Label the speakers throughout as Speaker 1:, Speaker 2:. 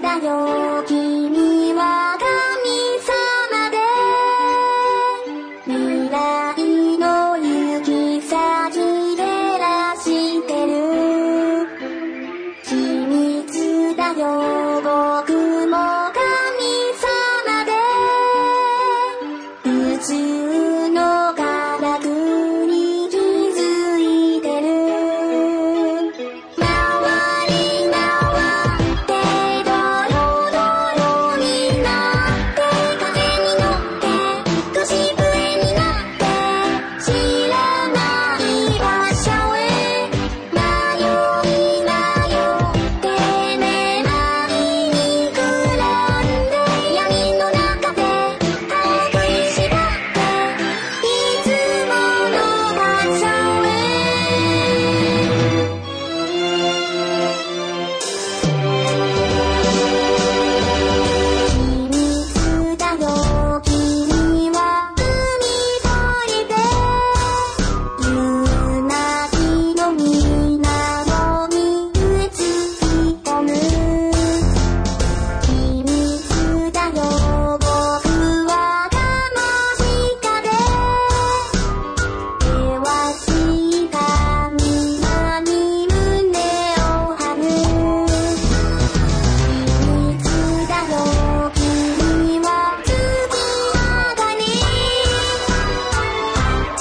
Speaker 1: だよ君は神様で未来の行き先でらしてる秘密だよ僕も神様で宇宙の科学に気づいてる回り回ってドロドロになって風に乗って少し笛になって知らない場所へ迷い迷ってめまいにくらんで闇の中で歯食いしばっていつもの場所へ「君は海鳥で」「夕泣きのみなをに打ち込む」「秘密だよ僕はカモシカで」「険しい谷間に胸を張る」「君はつぶあがに」「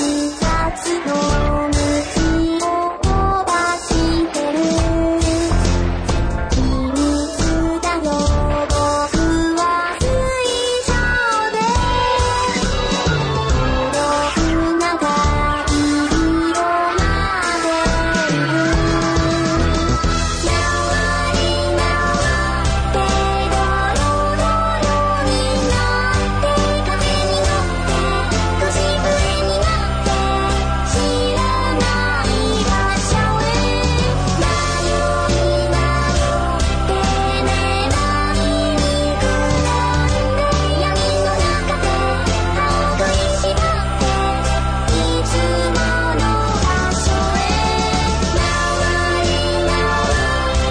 Speaker 1: 二つの虫を飛ばしてる」「秘密だよ僕は水晶で」「孤独ながいをなでる」回り回ってドロドロになって風に乗って少し笛になって知らない場所へ迷い迷ってめまいにくらんで闇の中で歯食いしばっていつもの場所へ回り回って「バラバラになって」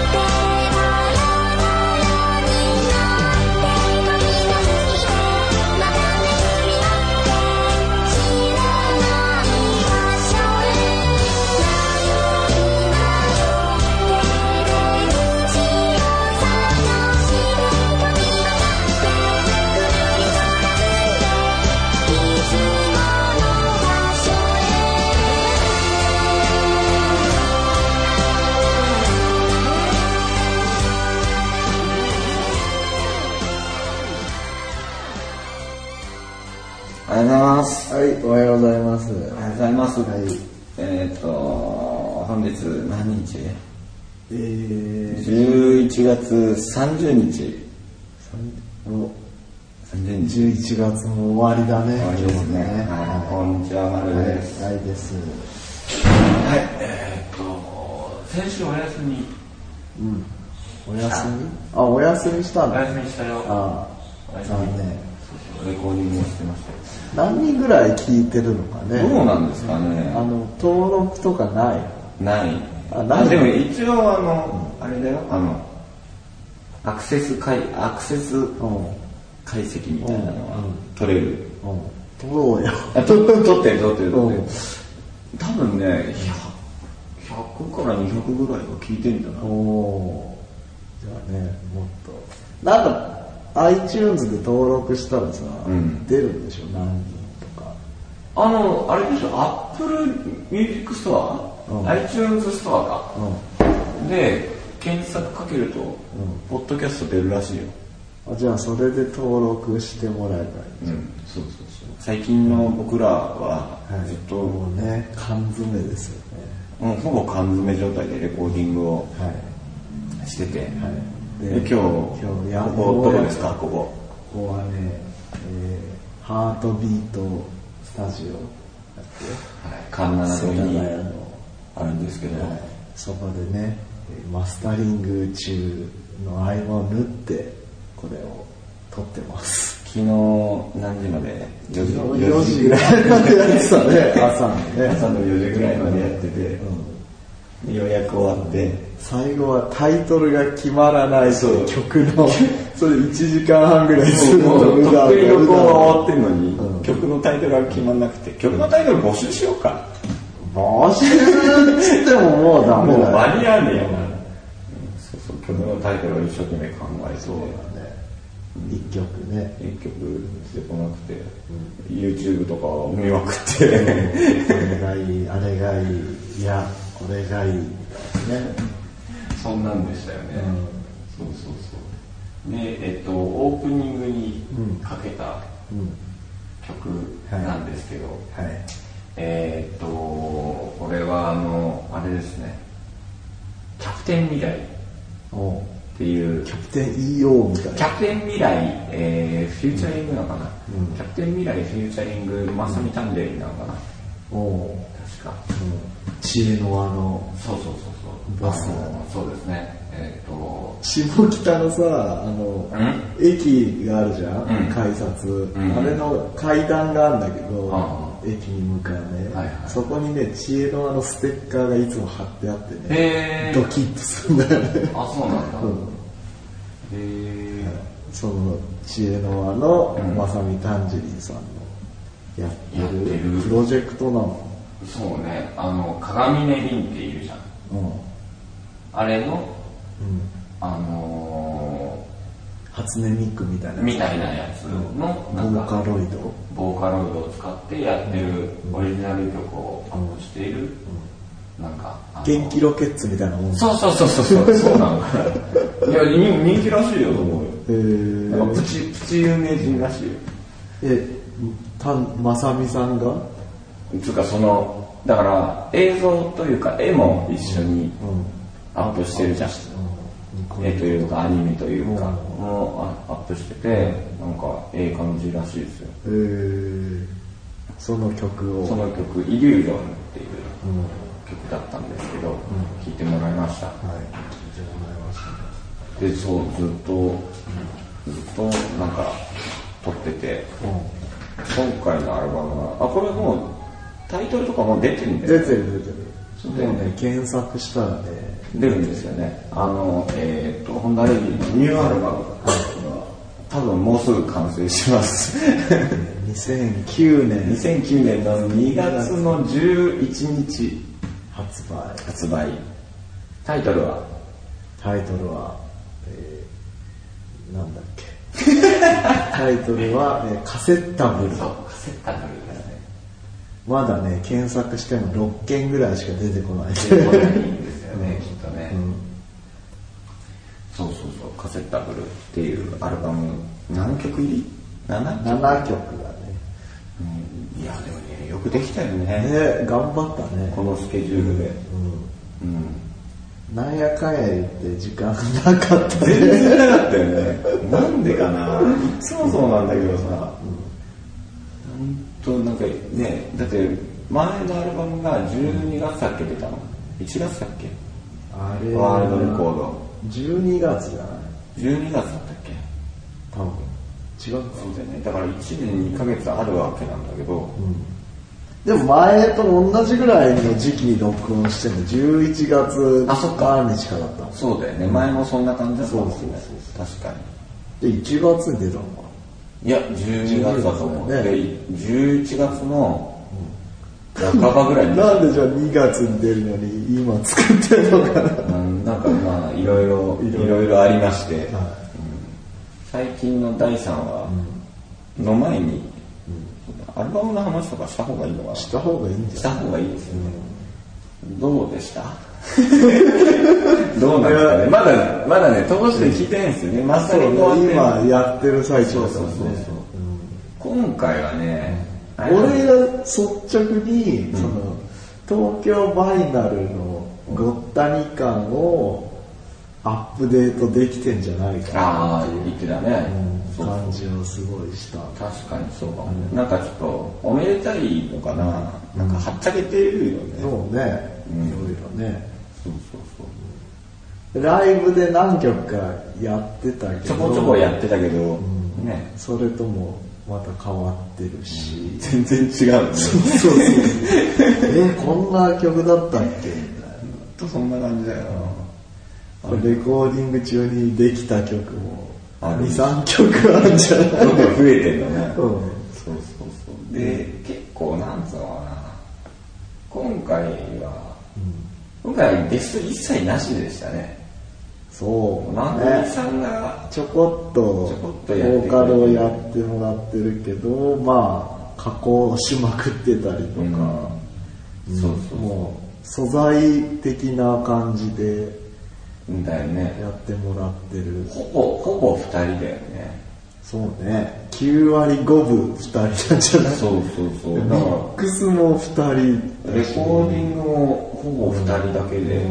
Speaker 1: 「風に乗って」「少し笛になって」「知らない場所へ迷い迷ってめまいにくらんで」「闇の中で歯食いしばっていつもの場所へ」
Speaker 2: ありがとうございます。
Speaker 3: はい、おはようございます。
Speaker 2: ありがとうございます。
Speaker 3: はい
Speaker 2: えーっと、本日何日
Speaker 3: えー、
Speaker 2: ?11 月30日。
Speaker 3: お
Speaker 2: 30日。
Speaker 3: 11月も終わりだね。
Speaker 2: 終わりですね。はい、
Speaker 3: は
Speaker 2: こんにちは、ま
Speaker 3: い、
Speaker 2: る
Speaker 3: はい
Speaker 2: です。
Speaker 3: はいです。
Speaker 4: えっと先週お休み
Speaker 3: うん。お休みあ、お休みした
Speaker 4: お
Speaker 3: の
Speaker 4: 休みしたよ
Speaker 3: ああ、残念。
Speaker 2: レコーディングをしてまし
Speaker 3: 何人ぐらい聞いてるのかね。
Speaker 2: た。どうなんですか
Speaker 3: あ
Speaker 2: ね。
Speaker 3: の、登録とかない
Speaker 2: ない。
Speaker 3: あない
Speaker 2: でも一応、あの、あれだよ、あの、アクセス解、アクセス
Speaker 3: うん。
Speaker 2: 解析みたいなのは
Speaker 3: うん
Speaker 2: 取れる。
Speaker 3: うん。取ろうよ。
Speaker 2: あ、と撮ってる撮ってる撮って
Speaker 3: う
Speaker 2: る
Speaker 3: ん。
Speaker 2: 多分ね、100 100から200ぐらいは聞いてんじゃない
Speaker 3: おおーじゃあねもっとなんか iTunes で登録したらさ、
Speaker 2: うん
Speaker 3: 出るんでしょ何人とか
Speaker 2: あの、あれでしょ、アップルミュージックストア、
Speaker 3: うん
Speaker 2: iTunes ストアか。
Speaker 3: う
Speaker 2: で、検索かけると、ポッドキャスト出るらしいよ。
Speaker 3: んあじゃあそれで登録してもらえばいい
Speaker 2: うん、そうそうそう。最近の僕らは
Speaker 3: は、い
Speaker 2: ずっと、
Speaker 3: もうね缶詰ですよね
Speaker 2: うんほぼ缶詰状態でレコーディングを
Speaker 3: はい
Speaker 2: してて、
Speaker 3: はい
Speaker 2: で今日、
Speaker 3: 今日や
Speaker 2: ここどうです
Speaker 3: よ
Speaker 2: か、ここ。
Speaker 3: うやくここはね、えーハートビートスタジオだっ
Speaker 2: はい、缶
Speaker 3: け
Speaker 2: 7
Speaker 3: 世田
Speaker 2: 沿い
Speaker 3: 谷
Speaker 2: に
Speaker 3: の
Speaker 2: あるんですけど、
Speaker 3: はい、そこでねえーマスタリング中の合間を縫ってこれを撮ってます
Speaker 2: 昨日何時まで4時
Speaker 3: 4時ぐらいまでやってたね朝のね
Speaker 2: 朝の4時ぐらいまでやってて、
Speaker 3: うん
Speaker 2: でようやく終わって、
Speaker 3: 最後はタイトルが決まらない
Speaker 2: そう
Speaker 3: 曲のそれ1時間半ぐらいする
Speaker 2: もう、とっくに旅行は終わってんのに、
Speaker 3: うん
Speaker 2: 曲のタイトルが決まんなくて、曲のタイトル募集しようか。
Speaker 3: 募集っつってももうダ
Speaker 2: も
Speaker 3: メ
Speaker 2: う
Speaker 3: だよ
Speaker 2: 間に合わねえよな、そうそう、曲のタイトルを一生懸命考えて、
Speaker 3: そうだね1曲ね
Speaker 2: 結局出てこなくて、YouTube とか見まくって、
Speaker 3: あれがいいあれがいいいやこれがいいみたいなね
Speaker 4: そんなんでしたよね、そうそうそうでえっとオープニングにかけた
Speaker 3: うん
Speaker 4: 曲なんですけど、
Speaker 3: はい
Speaker 4: えーっとこれはあのあれですねキャプテン未来っ
Speaker 3: おう
Speaker 4: ていうキ
Speaker 3: キャプテン EO みたいな
Speaker 4: ャプテン未来、えーフューチャリングなのかな、
Speaker 3: うん
Speaker 4: キャプテン未来フューチャリングマサミタンデリンなのかな
Speaker 3: おう
Speaker 4: 確か
Speaker 3: うん知恵の輪の
Speaker 4: そうそうそうそう
Speaker 3: バス
Speaker 4: あのそうですねえーっと
Speaker 3: 下北のさあの
Speaker 4: ん
Speaker 3: 駅があるじゃん、
Speaker 4: うん
Speaker 3: 改札、
Speaker 4: ん
Speaker 3: あれの階段があるんだけど、
Speaker 4: あ
Speaker 3: 駅に向かうね、
Speaker 4: はいはい
Speaker 3: そこにね知恵の輪のステッカーがいつも貼ってあってね、
Speaker 4: へえ
Speaker 3: ドキッとするんだよね、
Speaker 4: あそうなんだ、
Speaker 3: うん
Speaker 4: へえ
Speaker 3: その知恵の輪の
Speaker 4: うん
Speaker 3: まさみたんじりんさんのやって
Speaker 4: やって
Speaker 3: る
Speaker 4: る
Speaker 3: プロジェクトなの、
Speaker 4: そうねあの鏡音凛っているじゃん
Speaker 3: うんうん、
Speaker 4: あれのあの
Speaker 3: 初音ミクみたい
Speaker 4: ー
Speaker 3: な
Speaker 4: みたいなやつ
Speaker 3: うん
Speaker 4: の
Speaker 3: ボ
Speaker 4: なん
Speaker 3: ーカ
Speaker 4: か
Speaker 3: ロイド
Speaker 4: ボーカロイドを使ってやってるオリジナル曲をアップしているなんかあの
Speaker 3: 元気ロケッツみたいなもん
Speaker 4: そうそうそうそうそうそうなのかないや人人気らしいよと思うよ
Speaker 3: へ
Speaker 2: なん
Speaker 3: ー
Speaker 2: かプチ、プチ有名人らしいよ。
Speaker 3: えたんまさみさんが
Speaker 2: つうかその、だから映像というか絵も一緒に
Speaker 3: うん
Speaker 2: アップしてるじゃん。
Speaker 3: ニコ
Speaker 2: 絵
Speaker 3: ニコ
Speaker 2: というかアニメというか
Speaker 3: うん
Speaker 2: もうあアップしててなんかええ感じらしいですよ
Speaker 3: えーその曲を
Speaker 2: その曲「イリュージョン」っていう曲だったんですけど聴いてもらいました
Speaker 3: はい聞いてもらいましたね
Speaker 2: でそうずっとずっとなんか撮ってて今回のアルバムはあこれもうタイトルとかもう出てるんだ
Speaker 3: 出
Speaker 2: よ
Speaker 3: てる出て
Speaker 2: そう
Speaker 3: る
Speaker 2: だ
Speaker 3: で
Speaker 2: よ
Speaker 3: も
Speaker 2: ね
Speaker 3: ね検索したらね
Speaker 2: 出るんですよねあのえっ、とホンダレディのニューアルバムが多分もうすぐ完成します
Speaker 3: 2009年
Speaker 2: 2009年の2月の11日
Speaker 3: 発売
Speaker 2: 発売タイトルは
Speaker 3: タイトルは、えー、なんだっ けタイトルは、えーカセッタブル
Speaker 4: そうカセッタブルですね
Speaker 3: まだね検索しても6件ぐらいしか出てこない
Speaker 4: 出てこないんですよねきっとね、
Speaker 2: そうそうそうカセッタブルっていうアルバム何曲入り ?7?
Speaker 3: 7曲だ
Speaker 2: うんいやでもねよくできたよ
Speaker 3: ね
Speaker 2: ね
Speaker 3: ね頑張ったね
Speaker 2: このスケジュールでうん
Speaker 3: なんやかんや言って時間なかった
Speaker 2: 全然なかったよねなんでかないつもそうなんだけどさ本当なんかねだって前のアルバムが12月だっけ出たの1月だっけ
Speaker 3: あれは
Speaker 2: ワールドレコード
Speaker 3: 12月じゃない
Speaker 2: 12月だったっけ
Speaker 3: 多分違うか
Speaker 2: そうだよねだから1年2ヶ月あるわけなんだけど、
Speaker 3: でも前と同じぐらいの時期に録音してんの11月
Speaker 2: あそっか
Speaker 3: 何日かだったの
Speaker 2: そうだよね前もそんな感じだったもんね
Speaker 3: そうそう
Speaker 2: 確か
Speaker 3: で1月に出たのか
Speaker 2: にいや12月だと思う、
Speaker 3: ね
Speaker 2: で11月の半ばぐらいに
Speaker 3: ななんでじゃあ2月に出るのに今作ってるのかな
Speaker 2: うんなんかまあいろいろ
Speaker 3: い
Speaker 2: い
Speaker 3: ろいろ
Speaker 2: ろいろありまして、
Speaker 3: は
Speaker 2: 最近の第3話の前に、アルバムの話とかした方がいいのかないし
Speaker 3: した方がいいんじゃ
Speaker 2: た
Speaker 3: ない
Speaker 2: 方がいいですよね、どうで したどうなんですかねまだまだね通して聞いてないんですよね、まさにこ
Speaker 3: そ
Speaker 2: うやっ
Speaker 3: う
Speaker 2: て
Speaker 3: ね今やってる最中だから
Speaker 2: そうそうそう
Speaker 3: ね
Speaker 2: そう
Speaker 3: うん
Speaker 2: 今回はね、あれ
Speaker 3: 俺が率直に、その東京バイナルのごったに感をアップデートできてんじゃないかな
Speaker 2: あ
Speaker 3: っ
Speaker 2: あ
Speaker 3: ていう
Speaker 2: 言ってたね、
Speaker 3: う
Speaker 2: そ
Speaker 3: ん
Speaker 2: うそう
Speaker 3: 感じをすごいした
Speaker 2: 確かにそうかもね、なんかちょっとおめでたいのかな、なんかはっちゃけてるよね、
Speaker 3: そうね、
Speaker 2: うん
Speaker 3: いろいろね
Speaker 2: そうそうそう
Speaker 3: ライブで何曲かやってたけど
Speaker 2: ちょこちょこやってたけど、
Speaker 3: ん
Speaker 2: ね
Speaker 3: それともまた変わってるし、
Speaker 2: 全然違うね
Speaker 3: そうそうそうえこんな曲だったっけみたいな
Speaker 2: とそんな感じだよ
Speaker 3: これレコーディング中にできた曲も
Speaker 2: ある
Speaker 3: 23曲あるんじゃない
Speaker 2: などんどん増えてんだね、
Speaker 3: うん
Speaker 2: そうそうそうで結構なんつうのかな今回は今回はゲスト一切なしでしたね
Speaker 3: そう
Speaker 2: まこみ
Speaker 3: ね
Speaker 2: さんが
Speaker 3: ちょこっと
Speaker 2: ちょこ
Speaker 3: ボ
Speaker 2: っとやってくれる
Speaker 3: ーカルをやってもらってるけどまあ加工しまくってたりとか、
Speaker 2: うんそうそう
Speaker 3: もう素材的な感じで
Speaker 2: みたいね
Speaker 3: やってもらってる
Speaker 2: ほぼほぼ二人だよね
Speaker 3: そうね9割5分2人なんじゃない
Speaker 2: そうそうそう
Speaker 3: ミ
Speaker 2: だから
Speaker 3: ックスも2人
Speaker 2: レコーディングもほぼ2人だけで、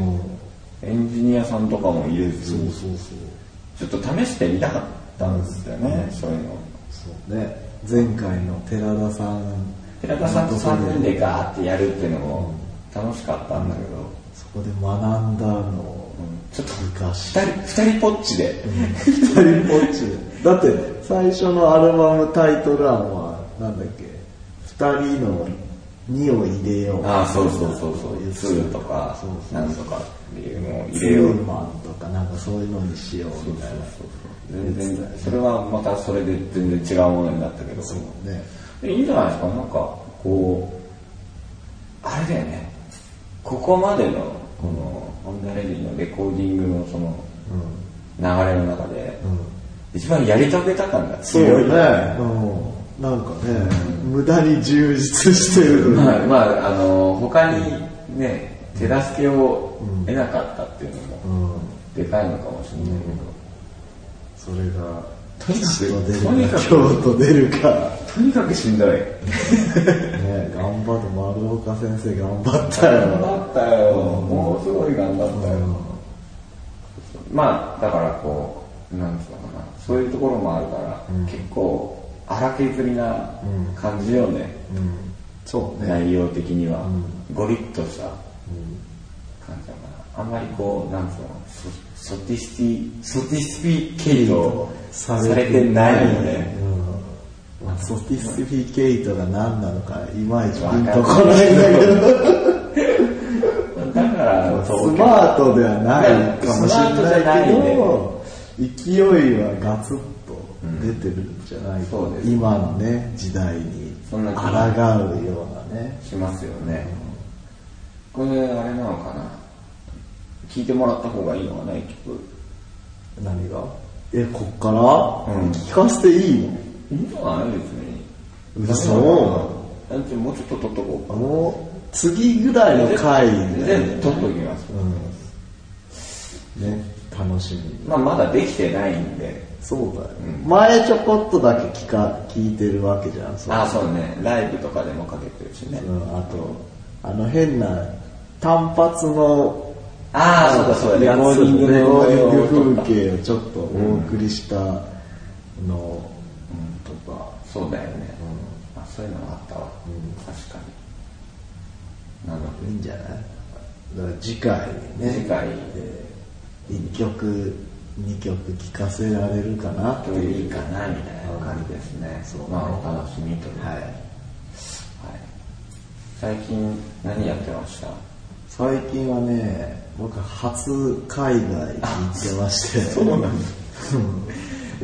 Speaker 2: エンジニアさんとかも入れず、
Speaker 3: そうそうそう
Speaker 2: ちょっと試してみたかったんですよね、そういうの。
Speaker 3: そうね前回の寺田さん
Speaker 2: 平田さんと3人でガーってやるっていうのも楽しかったんだけど、
Speaker 3: そこで学んだのを
Speaker 2: ちょっと
Speaker 3: 生かして
Speaker 2: 2人、二人ぽっちで、
Speaker 3: 二人ぼっちで だって最初のアルバムタイトル案はなんだっけ二人の2を入れよう
Speaker 2: ああ、そうそうそうそう、ツーとか
Speaker 3: そう、そう
Speaker 2: なんとかっていうのを入
Speaker 3: ツ
Speaker 2: れよう
Speaker 3: ー。マンとかなんかそういうのにしようみたいな
Speaker 2: 全然、それはまたそれで全然違うものになったけど、
Speaker 3: ね
Speaker 2: いいんじゃないですか、なんか、こう、あれだよね、ここまでの、この、ホンダレディのレコーディングのその、流れの中で、一番やり遂げた感が
Speaker 3: そう
Speaker 2: 強
Speaker 3: ねう
Speaker 2: い。
Speaker 3: んなんかね無駄に充実してる
Speaker 2: まあ、まあ、あの、他にね、手助けを得なかったっていうの
Speaker 3: う
Speaker 2: も、
Speaker 3: ん
Speaker 2: でかいのかもしれない
Speaker 3: それが
Speaker 2: けど、とにか
Speaker 3: 出
Speaker 2: く、とに
Speaker 3: るか京都出
Speaker 2: かく、
Speaker 3: るか
Speaker 2: とにかくしんどい。
Speaker 3: ね頑張る丸岡先生頑張ったよ
Speaker 2: 頑張ったよ、もうすごい頑張ったよ、まあだからこうなんつうのかなそういうところもあるから、結構荒削りな感じよね、
Speaker 3: うんそうね
Speaker 2: 内容的には、ゴリッとした感じだからあんまりこうなんつうのソソティスティソティスピケイトされてないよね、
Speaker 3: うんまあソティスフィケイトが何なのかいまいちピンとこないんだけど
Speaker 2: だから
Speaker 3: ス
Speaker 2: 東京
Speaker 3: マートではないかもしれないけ
Speaker 2: スマー
Speaker 3: ど勢いはガツッと出てるんじゃないか、
Speaker 2: うんそうです
Speaker 3: 今のね時代に
Speaker 2: そ
Speaker 3: 抗
Speaker 2: んな気
Speaker 3: うようなね
Speaker 2: しますよね、これあれなのかな聞いてもらった方がいいのかな一曲
Speaker 3: 何がえこっから、
Speaker 2: うん
Speaker 3: 聞かせていいの
Speaker 2: いいんじゃない別に
Speaker 3: 嘘
Speaker 2: だってもうちょっと撮っとこうか
Speaker 3: もう次ぐらいの回で、
Speaker 2: で撮っときます、
Speaker 3: ね楽しみに
Speaker 2: まあ、まだできてないんで
Speaker 3: そうだよ、
Speaker 2: うん
Speaker 3: 前ちょこっとだけ聞か聞いてるわけじゃんそう
Speaker 2: ああそうねライブとかでもかけてるしね、
Speaker 3: うん、あとあの変な単発の
Speaker 2: ああそうだそうだ
Speaker 3: や
Speaker 2: レ
Speaker 3: つ
Speaker 2: コーディング
Speaker 3: レコ
Speaker 2: の
Speaker 3: ーディン
Speaker 2: 模様
Speaker 3: グ
Speaker 2: とか
Speaker 3: 風景をちょっとお送りしたのとか、
Speaker 2: そうだよね、あそういうのがあったわ、確かになので
Speaker 3: いいんじゃないだから次回ね
Speaker 2: 次回
Speaker 3: えー一曲二曲聴かせられるかなって
Speaker 2: どうい
Speaker 3: いうう
Speaker 2: かなみたいな感じですね、
Speaker 3: そう
Speaker 2: まあお楽しみということで
Speaker 3: はい
Speaker 2: はい、最近何やってました
Speaker 3: 最近はね僕初海外に行ってまして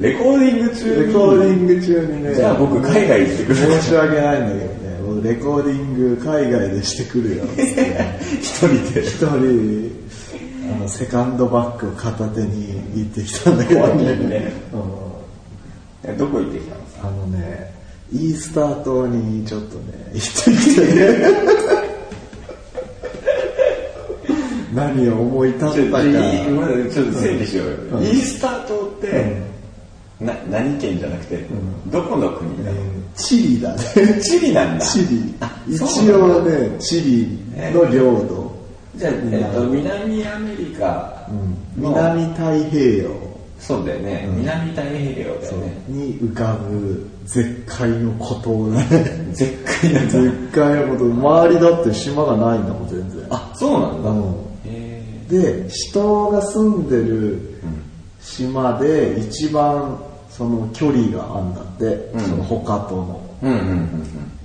Speaker 2: レコーディング中
Speaker 3: レコーディング中にね
Speaker 2: じゃあ僕海外行ってくる
Speaker 3: 申し訳ないんだけどね僕レコーディング海外でしてくるよっつって
Speaker 2: 一人で
Speaker 3: 一人あのセカンドバッグを片手に行ってきたんだけど
Speaker 2: 怖いね
Speaker 3: うん
Speaker 2: えどこ行ってきたんですか
Speaker 3: あのねイースター島にちょっとね行ってきてね何を思い立った
Speaker 2: ちょっ
Speaker 3: か
Speaker 2: とちょっと整理しようよ、
Speaker 3: うん
Speaker 2: イースター島って、な何県じゃなくて、どこの国だ、
Speaker 3: チリだね
Speaker 2: チリなんだ
Speaker 3: チリ
Speaker 2: あそう
Speaker 3: 一
Speaker 2: なんだ
Speaker 3: 応ねチリの領土
Speaker 2: じゃあ、えっと、南アメリカの、
Speaker 3: 南太平洋
Speaker 2: そうだよね、南太平洋だよね
Speaker 3: に浮かぶ絶海の孤島だね
Speaker 2: 絶海なんだ
Speaker 3: 絶海の孤島周りだって島がないんだもん全然
Speaker 2: あそうなんだ、
Speaker 3: うん
Speaker 2: へえ
Speaker 3: で人が住んでる島で一番その距離があんだって、その他との
Speaker 2: うんうんうん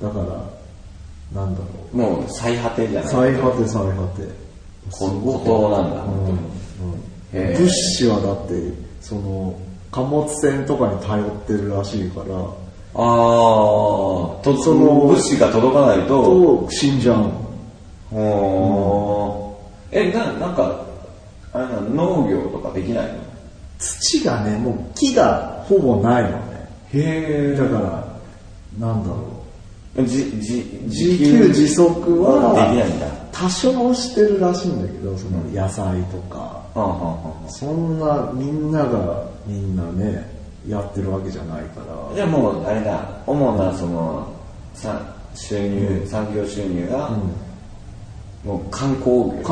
Speaker 3: だからなんだろう
Speaker 2: うんもう最果てじゃない
Speaker 3: 最果て最果て
Speaker 2: ここなんだ、
Speaker 3: うん
Speaker 2: へえ
Speaker 3: 物資はだってその貨物船とかに頼ってるらしいから
Speaker 2: ああと
Speaker 3: そ
Speaker 2: そ
Speaker 3: の
Speaker 2: の物資が届かないと
Speaker 3: と死んじゃう
Speaker 2: おーえななんかあれなの農業とかできないの
Speaker 3: 土がねもう木がほぼないのね
Speaker 2: へ
Speaker 3: だからなんだろ
Speaker 2: らじじ
Speaker 3: う自給自足
Speaker 2: できないんだ
Speaker 3: は多少してるらしいんだけどその野菜とか
Speaker 2: はあはあはあ
Speaker 3: そんなみんながみんなねやってるわけじゃないから
Speaker 2: じゃあもうあれだ主なそのさ収入、産業収入が、もう観光業
Speaker 3: 観光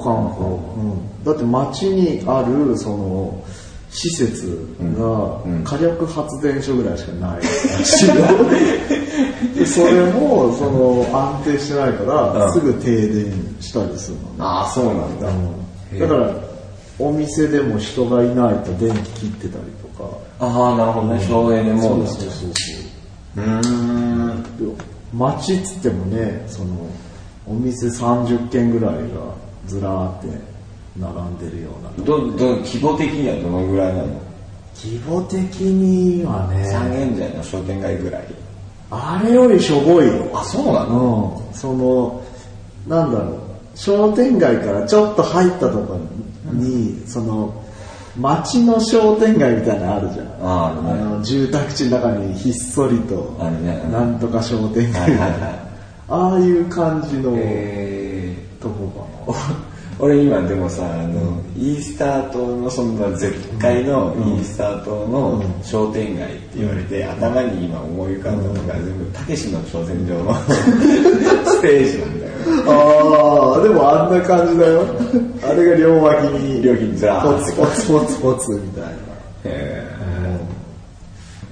Speaker 3: 観光、うんだって町にあるその施設が火力発電所ぐらいしかないらしいの でそれもその安定してないから、
Speaker 2: うん
Speaker 3: すぐ停電したりするのね
Speaker 2: ああそうなんだ、
Speaker 3: うん
Speaker 2: へえ
Speaker 3: だからお店でも人がいないと電気切ってたりとか
Speaker 2: ああなるほどね省エネも
Speaker 3: そ
Speaker 2: ん
Speaker 3: う
Speaker 2: だ
Speaker 3: そうそうそう
Speaker 2: うーん
Speaker 3: 街っつってもねそのお店30軒ぐらいがずらーって並んでるような
Speaker 2: どど規模的にはどのぐらいなの
Speaker 3: 規模的には
Speaker 2: 三
Speaker 3: ね
Speaker 2: 軒茶屋の商店街ぐらい
Speaker 3: あれよりしょぼいよ
Speaker 2: あそうなの
Speaker 3: うんそのなんだろう商店街からちょっと入ったところに、その街の商店街みたいなのあるじゃん
Speaker 2: ああるね
Speaker 3: の住宅地の中にひっそりと
Speaker 2: あるね
Speaker 3: なんとか商店
Speaker 2: はい
Speaker 3: 街
Speaker 2: はい
Speaker 3: ああいう感じの
Speaker 2: え
Speaker 3: とこかな
Speaker 2: お 俺今でもさあのイースター島のそんな絶海のイースター島の商店街って言われて頭に今思い浮かんだのが全部たけしの挑戦状 のステージなんだよ
Speaker 3: ああ、でもあんな感じだ よ。あれが両脇に、
Speaker 2: 両脇にずらー
Speaker 3: ポ
Speaker 2: っ
Speaker 3: ツ
Speaker 2: て
Speaker 3: ポツポツポツみたいな。
Speaker 2: へ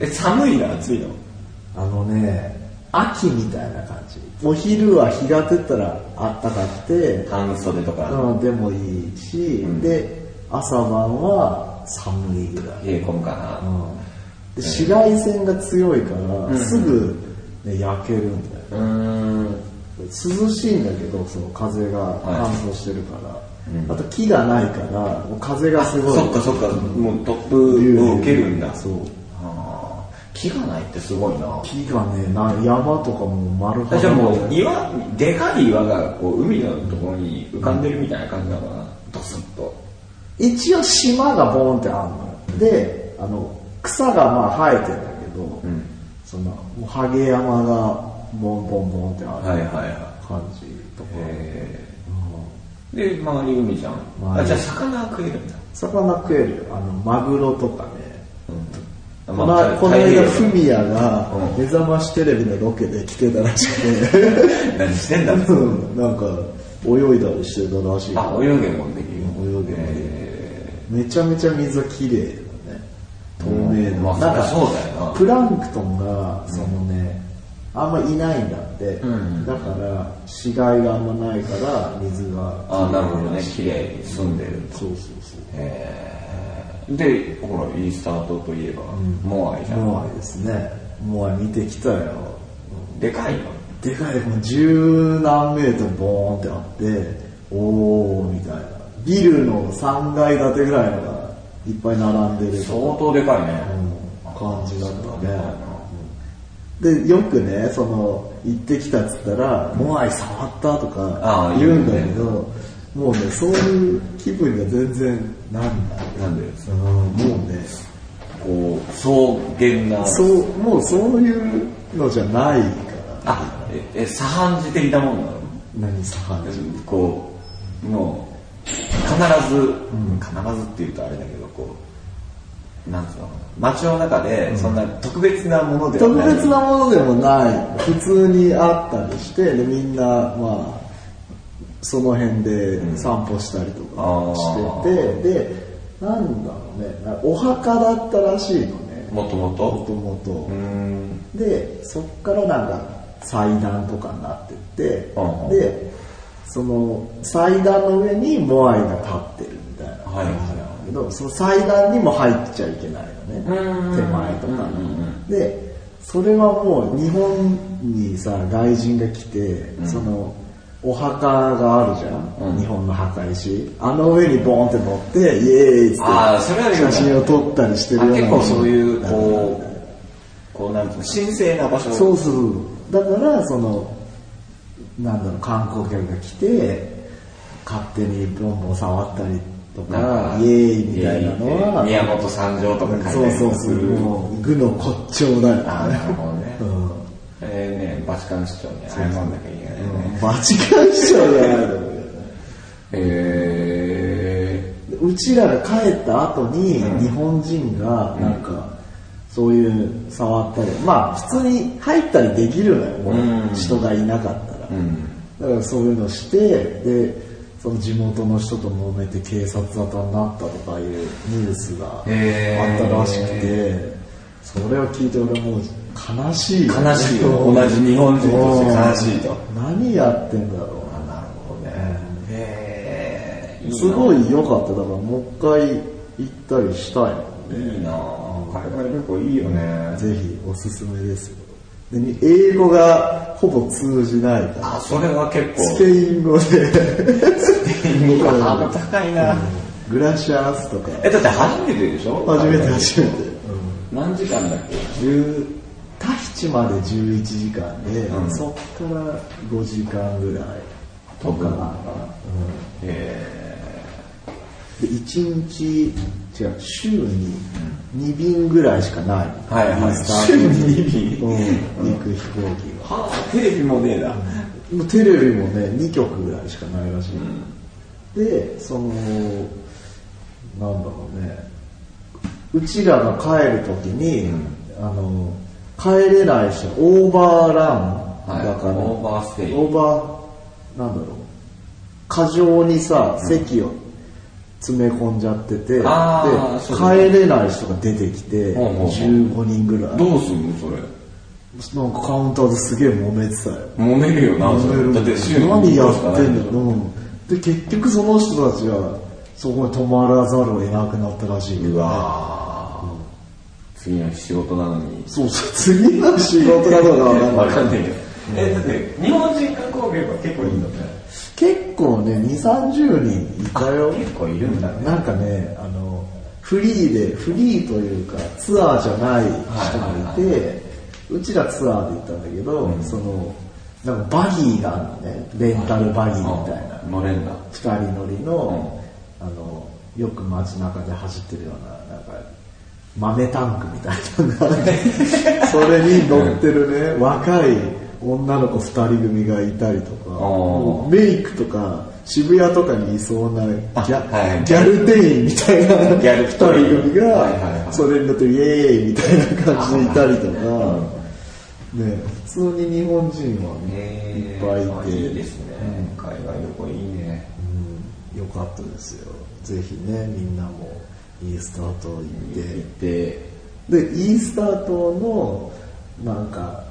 Speaker 2: ええ寒いの暑いの
Speaker 3: あのね、秋みたいな感じ。お昼は日が照ったらあったかくて、
Speaker 2: 半袖とか
Speaker 3: うん、でもいいし、
Speaker 2: ん
Speaker 3: で、朝晩は寒いぐらい。
Speaker 2: 冷え込むかな、
Speaker 3: うん、で紫外線が強いから、すぐ、ね、焼けるんだよ。
Speaker 2: うーん
Speaker 3: 涼しいんだけど、その風が乾燥してるから。あと木がないから、もう風がすごい。
Speaker 2: そっかそっかもうトップを受けるんだ
Speaker 3: そう
Speaker 2: あー木がないってすごいな
Speaker 3: 木がねな山とかもう丸裸
Speaker 2: じゃあもう岩でかい岩がこう海のところに浮かんでるみたいな感じなのかなドスッと
Speaker 3: 一応島がボーンってあるのよであの草がまあ生えてんだけど、
Speaker 2: ん
Speaker 3: そのもうハゲ山がボンボンボンってある
Speaker 2: はいはいは
Speaker 3: 感じとか、
Speaker 2: いへえで周り海じゃん
Speaker 3: 周り
Speaker 2: あじゃあ魚は食えるんだ
Speaker 3: 魚食えるよあのマグロとかね、
Speaker 2: ま
Speaker 3: こ
Speaker 2: あ
Speaker 3: のこの
Speaker 2: 太平
Speaker 3: 間
Speaker 2: 洋
Speaker 3: フミヤが
Speaker 2: う
Speaker 3: 「
Speaker 2: ん
Speaker 3: 目覚ましテレビ」のロケで来てたらしくて
Speaker 2: 何してんだ
Speaker 3: うんなんか泳いだりしてたらしいから
Speaker 2: あ泳げもんできる
Speaker 3: 泳げもできる
Speaker 2: へ
Speaker 3: めちゃめちゃ水は綺麗だね透明
Speaker 2: うんま
Speaker 3: なな
Speaker 2: あ
Speaker 3: んか
Speaker 2: そうだよな
Speaker 3: プランクトンがそのね、あんまいないんだって、
Speaker 2: ん
Speaker 3: だから死骸があんまないから水が
Speaker 2: ーあなるほどね綺麗に住んでる
Speaker 3: そうそうそう
Speaker 2: へえでほらイースター島といえばモアイじゃん
Speaker 3: モアイですねモアイ見てきたよ
Speaker 2: でかいの
Speaker 3: でかいもう十何メートルボーンってあっておーみたいなビルの3階建てぐらいのがいっぱい並んでるとか
Speaker 2: 相当でかいね
Speaker 3: 感じだった
Speaker 2: でかいな
Speaker 3: ねでよくねその行ってきたっつったら「モアイ触った」とか
Speaker 2: あー
Speaker 3: 言うんだけどもうねそういう気分が全然なんない
Speaker 2: なんでです
Speaker 3: うんもうね
Speaker 2: こう草原な
Speaker 3: そうもうそういうのじゃないから
Speaker 2: あええ左半次的なもんなの
Speaker 3: 何触る
Speaker 2: こうもう必ず、必ずっていうとあれだけどこうなんつうのかな街の中でそんな特別なものでは
Speaker 3: 特
Speaker 2: ない、
Speaker 3: 別なものでもない普通にあったりしてでみんなまあその辺で散歩したりとかしてて、でなんだろうねなお墓だったらしいのね
Speaker 2: もとも
Speaker 3: もと
Speaker 2: と
Speaker 3: もと、
Speaker 2: うーん
Speaker 3: でそっからなんか祭壇とかになってって、
Speaker 2: うんうん
Speaker 3: でその祭壇の上にモアイが立ってるみたいな
Speaker 2: はいはいは
Speaker 3: だ
Speaker 2: い
Speaker 3: けどその祭壇にも入っちゃいけないのね
Speaker 2: うん
Speaker 3: 手前とか
Speaker 2: うんうんう
Speaker 3: にでそれはもう日本にさ外人が来て、そのお墓があるじゃん、日本の墓石あの上にボーンって乗ってイエーイっつって
Speaker 2: あーそれはでも
Speaker 3: 写真を撮ったりしてる
Speaker 2: あ
Speaker 3: ような
Speaker 2: 結構そういう、こう、こうなんつうの、神聖な場所。
Speaker 3: そうそうそうだからそのなんだろう観光客が来て勝手にボンボン触ったりとかイエーイみたいなのは
Speaker 2: 宮本三条とか書いたり
Speaker 3: そうそ
Speaker 2: も
Speaker 3: う
Speaker 2: す
Speaker 3: そう
Speaker 2: る。
Speaker 3: もう具の骨頂だよね
Speaker 2: あーなるほどね
Speaker 3: うん
Speaker 2: えーね、バチカン市長に謝んなきゃいけないよね。
Speaker 3: 間違えちゃうじゃないの
Speaker 2: え
Speaker 3: うちらが帰った後に、日本人がなんか、そういう触ったりまあ普通に入ったりできるのよ、もう
Speaker 2: うん
Speaker 3: 人がいなかったら、
Speaker 2: ー、うん。
Speaker 3: だからそういうのしてでその地元の人と揉めて警察沙汰になったとかいうニュースがあった
Speaker 2: へー
Speaker 3: らしくて、それを聞いて俺もう悲しいよ
Speaker 2: 悲しいよ。同じ日本人として悲しいと。
Speaker 3: 何やってんだろうな
Speaker 2: なるほどね。えー、
Speaker 3: すごい良かっただからもう一回行ったりしたいもんね
Speaker 2: いいなぁ。海外旅行いいよね。
Speaker 3: ぜひおすすめですよでに英語がほぼ通じないから
Speaker 2: あ、それは結構。
Speaker 3: スペイン語で
Speaker 2: ン語かハードル高いな
Speaker 3: うん グラシアスとか
Speaker 2: え、だって初めてでしょ
Speaker 3: 初めて初めて、
Speaker 2: 何時間だっけ
Speaker 3: 10タヒチまで11時間で、
Speaker 2: ん
Speaker 3: そっから5時間ぐらい
Speaker 2: 飛ぶのかな。え
Speaker 3: で1日違う週に2便ぐらいしかない、
Speaker 2: ー、はいはい。
Speaker 3: スタート
Speaker 2: 2
Speaker 3: うん、行く飛行機が。
Speaker 2: はぁ、テレビもねえな。
Speaker 3: もうテレビもね、2曲ぐらいしかないらしい。で、その、なんだろうね、うちらが帰るときに、あの、帰れない人、オーバーランだから、
Speaker 2: はいオーバーステイ
Speaker 3: オーバー、なんだろう、過剰にさ、席を詰め込んじゃってて、で
Speaker 2: あーそうだ
Speaker 3: 帰れない人が出てきて、
Speaker 2: ほうほうほう
Speaker 3: 15人ぐらい。
Speaker 2: どうすんのそれ。
Speaker 3: なんかカウンターですげえ揉めてたよ。
Speaker 2: 揉めるよな、それ。だって週に
Speaker 3: 何やってんだ
Speaker 2: ろ。
Speaker 3: ろう。うんで、結局その人たちがそこに泊まらざるを得なくなったらしいけど、
Speaker 2: うわぁ。次の日仕事なのに。
Speaker 3: そうそう、次の仕事だとかわかんない
Speaker 2: わかんないけど。
Speaker 4: え、だって、日本人観光客は結構いいんだね。
Speaker 3: 結構ね、2、30人いたよ。
Speaker 2: 結構いるんだね。
Speaker 3: なんかね、あの、フリーで、フリーというか、ツアーじゃない人もいて、うちらツアーで行ったんだけど、その、なんかバギーがあるのね、レンタルバギーみたいな。
Speaker 2: 乗れんだ。
Speaker 3: 二人乗りの,、あのよく街中で走ってるようななんか豆タンクみたいなのがあ ってそれに乗ってるね、若い女の子二人組がいたりとかもうメイクとか渋谷とかにいそうなギャ,、
Speaker 2: はい
Speaker 3: ギャル店員みたいな
Speaker 2: ギャル
Speaker 3: 二人組が、
Speaker 2: はいはいはい
Speaker 3: それに乗ってイエーイみたいな感じでいたりとか、ね、普通に日本人はね、いっぱいいて。
Speaker 2: いいですね。海外旅行いいね。
Speaker 3: うん、よかったですよぜひねみんなもイースター島行
Speaker 2: 行っ、
Speaker 3: ってでイースター島のなんか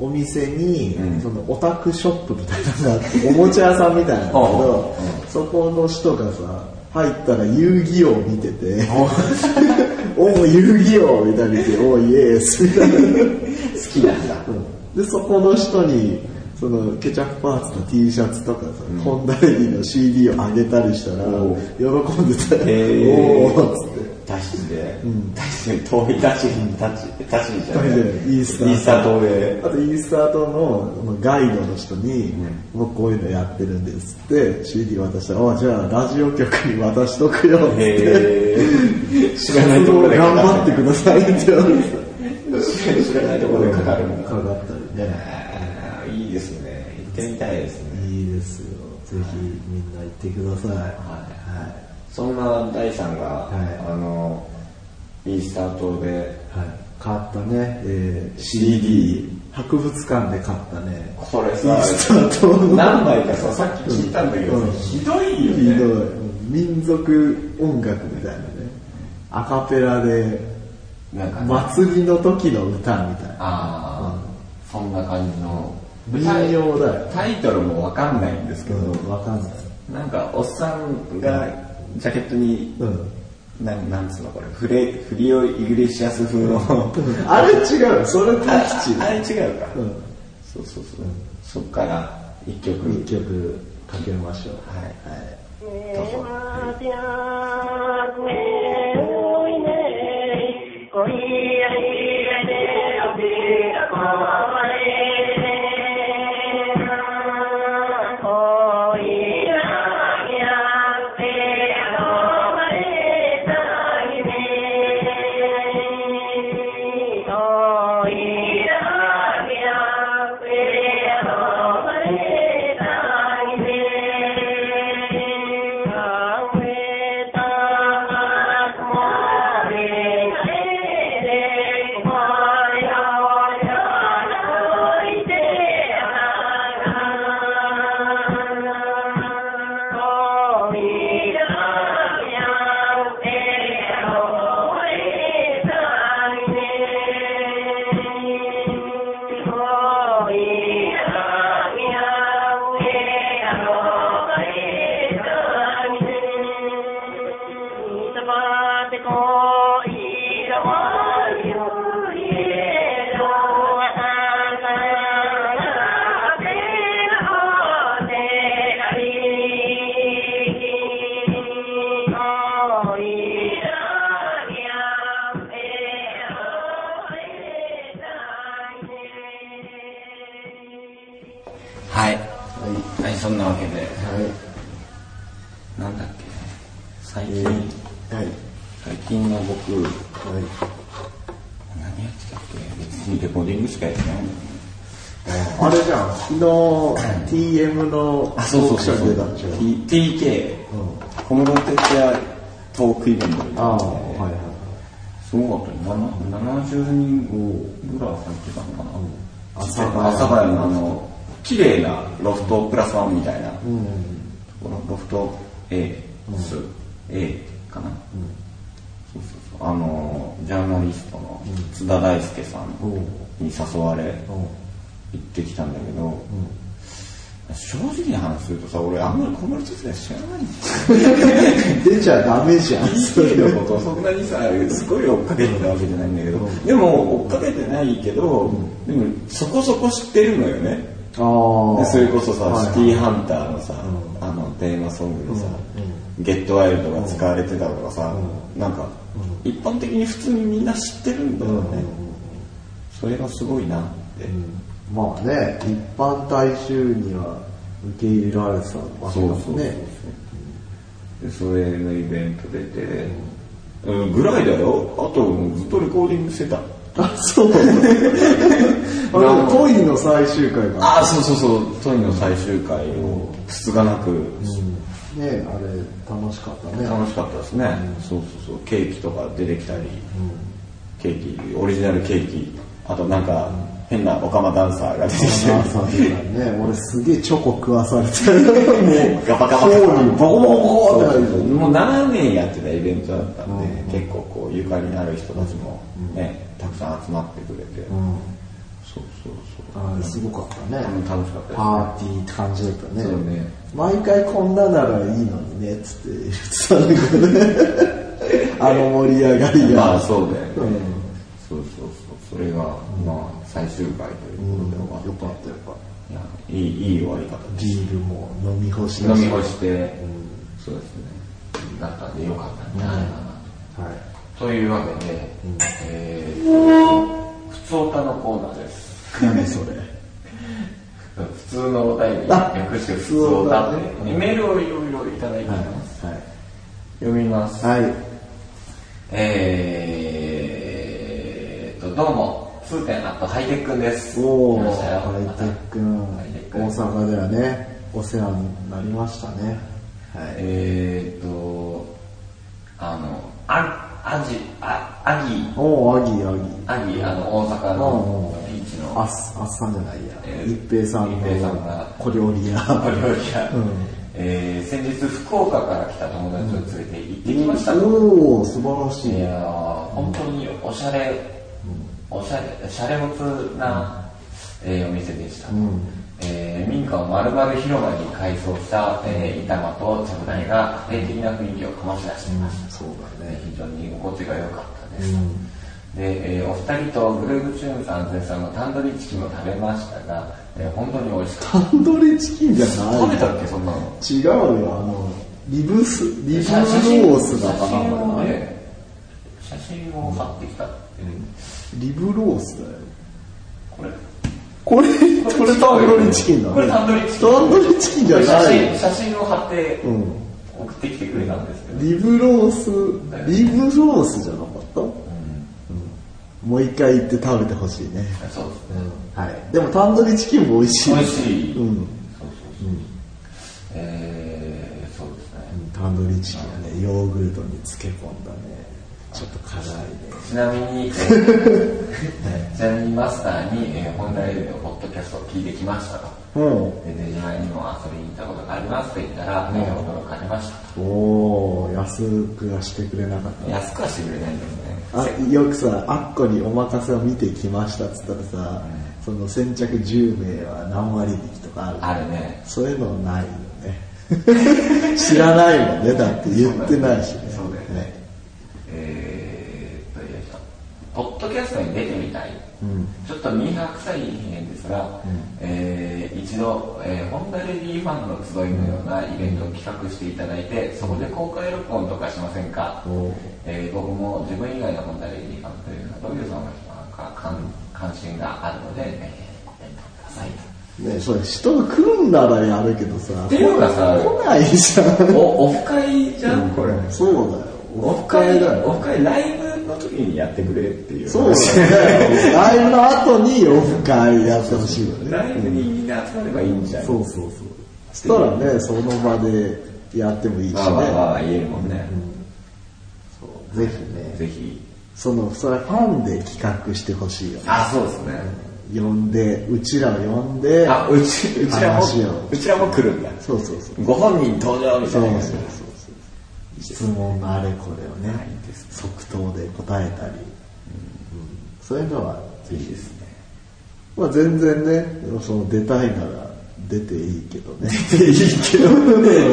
Speaker 3: お店に、
Speaker 2: うん
Speaker 3: そのオタクショップみたいなのがあっておもちゃ屋さんみたいなんだけど
Speaker 2: う
Speaker 3: そこの人がさ入ったら遊戯王見て て「おお遊戯王」みたいに見て「おおイエース」みたいな
Speaker 2: 好きなんだ。
Speaker 3: でそこの人にそのケチャップパーツの T シャツとかさ、ホンダレディの CD をあげたりしたら
Speaker 2: おう
Speaker 3: 喜んでたよ、
Speaker 2: えー、
Speaker 3: おおっつって
Speaker 2: タシで、タシで遠いタシにタシ、タシじゃ
Speaker 3: そ
Speaker 2: ない
Speaker 3: れでイースター
Speaker 2: イースター島で
Speaker 3: あ。とイースター島のそのガイドの人に、僕こういうのやってるんですって CD 渡したら「あじゃあラジオ局に渡しとくよ」っつって
Speaker 2: へー、
Speaker 3: 「
Speaker 2: 知らないところで
Speaker 3: 頑
Speaker 2: か
Speaker 3: 張
Speaker 2: か
Speaker 3: ってください」って言われて
Speaker 2: る。知らないところでかかるもん
Speaker 3: かかったりね
Speaker 2: あーいいですね。行ってみたいですね。
Speaker 3: いいですよぜひみんな行ってくださいはい
Speaker 2: そんな大さんが、
Speaker 3: はい
Speaker 2: あの、イースター島で、
Speaker 3: はい、買ったね、えー
Speaker 2: CD
Speaker 3: CD 博物館で買ったね
Speaker 2: これ
Speaker 3: イー
Speaker 2: さ、
Speaker 3: スター島の
Speaker 2: 何枚かさ、さっき聞いたんだけど、
Speaker 3: うん
Speaker 2: ひどいよ
Speaker 3: ひどい
Speaker 2: ね。
Speaker 3: 民族音楽みたいなねアカペラで
Speaker 2: なんかね、
Speaker 3: 祭りの時の歌みたいな
Speaker 2: ああ、そんな感じの。
Speaker 3: 民謡だよ
Speaker 2: タイトルもわかんないんですけ
Speaker 3: う
Speaker 2: ど、
Speaker 3: んわかんない
Speaker 2: なんかおっさんがジャケットに、
Speaker 3: うん
Speaker 2: なんなんつうのこれ、フレ、フリオ・イグレシアス風の、
Speaker 3: あれ違うそれタキチ
Speaker 2: あれ違うか、
Speaker 3: うん
Speaker 2: そうそうそう。そっから、一曲
Speaker 3: 一曲かけましょう。は
Speaker 2: はい
Speaker 3: い
Speaker 2: どうぞは
Speaker 5: はい、はい、そんなわけでなんだっけ最近、
Speaker 3: はい。
Speaker 5: 最近の僕何や
Speaker 3: はい。
Speaker 5: ってたっけ別にレコーディングしかやってないんだよね
Speaker 3: あれじゃん、昨日 TM のオ
Speaker 5: あそう
Speaker 3: ー
Speaker 5: そう
Speaker 3: クショ
Speaker 5: そう
Speaker 3: ンに
Speaker 5: そう
Speaker 3: 出たんでしょ。
Speaker 5: T- TK
Speaker 3: うん
Speaker 5: 小室哲哉トークイベントみたいな
Speaker 3: ああ、
Speaker 5: ので
Speaker 3: はいはい。
Speaker 5: すごかったよな70人ぐらい入ってたのかな
Speaker 3: 阿
Speaker 5: 阿
Speaker 3: 佐
Speaker 5: 佐
Speaker 3: ヶ谷
Speaker 5: ヶ谷のあの綺麗なロフトプラスワンみたいな
Speaker 3: うん。
Speaker 5: このロフト A 数 A かな、そうそうそうあのジャーナリストの津田大輔さん
Speaker 3: うん
Speaker 5: に誘われ
Speaker 3: うん。
Speaker 5: 行ってきたんだけど、正直な話するとさ俺あんまり小室哲哉知らないんだ
Speaker 3: 出ちゃダメじゃん。それ
Speaker 5: TK のことをそんなにさすごい追っかけてたわけじゃないんだけど、でも追っかけてないけど、でもそこそこ知ってるのよね
Speaker 3: あ
Speaker 5: で
Speaker 3: あ。
Speaker 5: それこそさ、
Speaker 3: はい
Speaker 5: シティーハンターのさ、
Speaker 3: う
Speaker 5: あのテーマソングでさ、
Speaker 3: う
Speaker 5: ゲットワイルドが使われてたとかさ、なんか、一般的に普通にみんな知ってるんだよね、それがすごいなって、
Speaker 3: まあね、一般大衆には受け入れられてたわけ
Speaker 5: そう
Speaker 3: だ
Speaker 5: そ
Speaker 3: も
Speaker 5: うそ
Speaker 3: ん
Speaker 5: う
Speaker 3: ね。
Speaker 5: でそれのイベント出て、うんぐらいだよあともうずっとレコーディングしてた
Speaker 3: あ、そう。あの、トイの最終回が。
Speaker 5: ああそうそうそうトイの最終回をつつがなく、
Speaker 3: うんねあれ、楽しかったね。
Speaker 5: 楽しかったですね、そうそうそうケーキとか出てきたり、ケーキオリジナルケーキあとなんか変なオカマダンサーが出てきた
Speaker 3: ダ
Speaker 5: り
Speaker 3: ンサーだね、俺すげえチョコ食わされてる。もう、
Speaker 5: ガバガバ
Speaker 3: 頬にボコボコボコって
Speaker 5: そ
Speaker 3: 入
Speaker 5: う
Speaker 3: る
Speaker 5: そうそうもう7年やってたイベントだったんで、結構こうゆかりのある人たちもね、たくさん集まってくれて、
Speaker 3: うん
Speaker 5: そうそうそう
Speaker 3: あれすごかったね。
Speaker 5: うん楽しかったです
Speaker 3: パーティーって感じだったね。
Speaker 5: そうね
Speaker 3: 毎回こんなならいいのにね、つって言ってたんだけどね。あの盛り上がりが。
Speaker 5: まあそうだよね、
Speaker 3: うん
Speaker 5: そうそうそうそれがまあ最終回ということで終わって、
Speaker 3: よかったよかっ
Speaker 5: いやいいいい終わり方で
Speaker 3: た。
Speaker 5: す
Speaker 3: ビールも飲み干し
Speaker 5: 飲
Speaker 3: だし
Speaker 5: み干して、そうですねだったんでよかったな、
Speaker 3: はい。
Speaker 5: というわけで、えー、普通歌のコーナーです
Speaker 3: 何それ。
Speaker 5: 普通のお題に
Speaker 3: あ
Speaker 5: 略して普通歌っ
Speaker 3: 普通
Speaker 5: て、
Speaker 3: 歌ね
Speaker 5: メールをいろいろいただいて
Speaker 3: は
Speaker 5: ます、
Speaker 3: い。
Speaker 5: 読みます、
Speaker 3: はい。はい。
Speaker 5: えーっとどうも通天アットハイテックンです
Speaker 3: お
Speaker 5: 来
Speaker 3: ー、
Speaker 5: ましたよ
Speaker 3: ハイテックン
Speaker 5: ハイテッ、ク
Speaker 3: 大阪ではね、お世話になりましたね。はい。
Speaker 5: えーっとあのあアジあアギー
Speaker 3: おー、アギー、アギー。
Speaker 5: アギーあの大阪のビーチの
Speaker 3: あっあっさんじゃないや、
Speaker 5: えー
Speaker 3: 一平さんの
Speaker 5: 一平さんが
Speaker 3: 小料理屋
Speaker 5: お料理屋、
Speaker 3: うん
Speaker 5: えー先日福岡から来た友達を連れて行ってきました、
Speaker 3: おお素晴らしい
Speaker 5: いやー本当におしゃれ、おしゃれしゃれもつな、えーお店でした、
Speaker 3: ん
Speaker 5: えー民家を丸々広場に改装した、えー、板間と着台が家庭的な雰囲気を醸し出していました、
Speaker 3: そうだ
Speaker 5: ね
Speaker 3: ね
Speaker 5: 非常に心地が良かったです、
Speaker 2: で、えーお二人とグループチューンさん絶賛のタンドリーチキンを食べましたが、えー本当に美味しかった
Speaker 3: タンドリーチキンじゃない
Speaker 2: 食べたっけそんなの
Speaker 3: 違うよあのリブスリブロースだか
Speaker 2: 写真を
Speaker 3: な
Speaker 2: ね写真を買ってきたって、
Speaker 3: リブロースだよ
Speaker 2: これ
Speaker 3: これこれタンドリーチキンだね
Speaker 2: これタンドリーチキン
Speaker 3: タンドリーチキンじゃ
Speaker 2: 写
Speaker 3: ない
Speaker 2: 真写真を貼って
Speaker 3: うん
Speaker 2: 送ってきてくれたんですけど、
Speaker 3: リブロースリブロースじゃなかった、うんもう一回行って食べてほしいね、
Speaker 2: そうですね
Speaker 3: はい、でもタンドリーチキンも美味しい
Speaker 2: 美味しい、
Speaker 3: うん
Speaker 2: そうそうそう、えー、そうですね、
Speaker 3: タンドリーチキンはねヨーグルトに漬け込んだねちょっと辛いね
Speaker 2: ちなみに、え ーちなみにマスターに、えー、本題のポッドキャストを聞いてきましたと。
Speaker 3: うん
Speaker 2: で、出島にも遊びに行ったことがありますと言ったら、えー驚かれましたと。
Speaker 3: おお安くはしてくれなかった
Speaker 2: 安くはしてくれないんですね。
Speaker 3: あよくさ「あっこにお任せを見てきました」っつったらさ、その先着10名は何割引きとかある
Speaker 2: あれね。
Speaker 3: そういうのないよ ね知らないもんねだって言ってないしね
Speaker 2: そうだよねえーっと、よいしょ。ポッドキャストに出てみたい。
Speaker 3: うん
Speaker 2: ちょっとミーハー臭い変ですが、えー一度、えーホンダレディファンの集いのようなイベントを企画していただいて、そこで公開録音とかしませんか、
Speaker 3: お
Speaker 2: えー僕も自分以外のホンダレディファンというのはどういう存在か関関心があるので、えーご検討ください
Speaker 3: ねそれ人が来るんならやるけどさ
Speaker 2: ていうかさ
Speaker 3: 来ないじゃん
Speaker 2: と。お、オフ会じゃん、これ。
Speaker 3: そうだよ
Speaker 2: オフ会
Speaker 3: だよ
Speaker 2: オフ会、ライブ
Speaker 4: の時にやってくれっていう
Speaker 3: そうだよライブの後にオフ会やってほしいよね
Speaker 2: ライブにみんな集まればいいんじゃん。
Speaker 3: そうそうそうそしたらねその場でやってもいいしね
Speaker 2: まあまあまあ言えるもんね。
Speaker 3: そうぜひね
Speaker 2: ぜひ。
Speaker 3: そのそれファンで企画してほしいよね
Speaker 2: あ、そうですね。
Speaker 3: 呼んでうちらを呼んで
Speaker 2: あ、うち、うちらも
Speaker 3: 話を、
Speaker 2: うちらも来るんだ。
Speaker 3: そうそうそう
Speaker 2: ご本人登場みた
Speaker 3: そ
Speaker 2: いうな
Speaker 3: そう
Speaker 2: 感
Speaker 3: そ
Speaker 2: じ
Speaker 3: う
Speaker 2: で
Speaker 3: そう質問のあれこれをね即答で答えたり、うんそういうのはぜひですね、まあ、全然ねその出たいなら出ていいけどね出ていいけどこのポッドキャストは、まあ、
Speaker 2: はいはいはい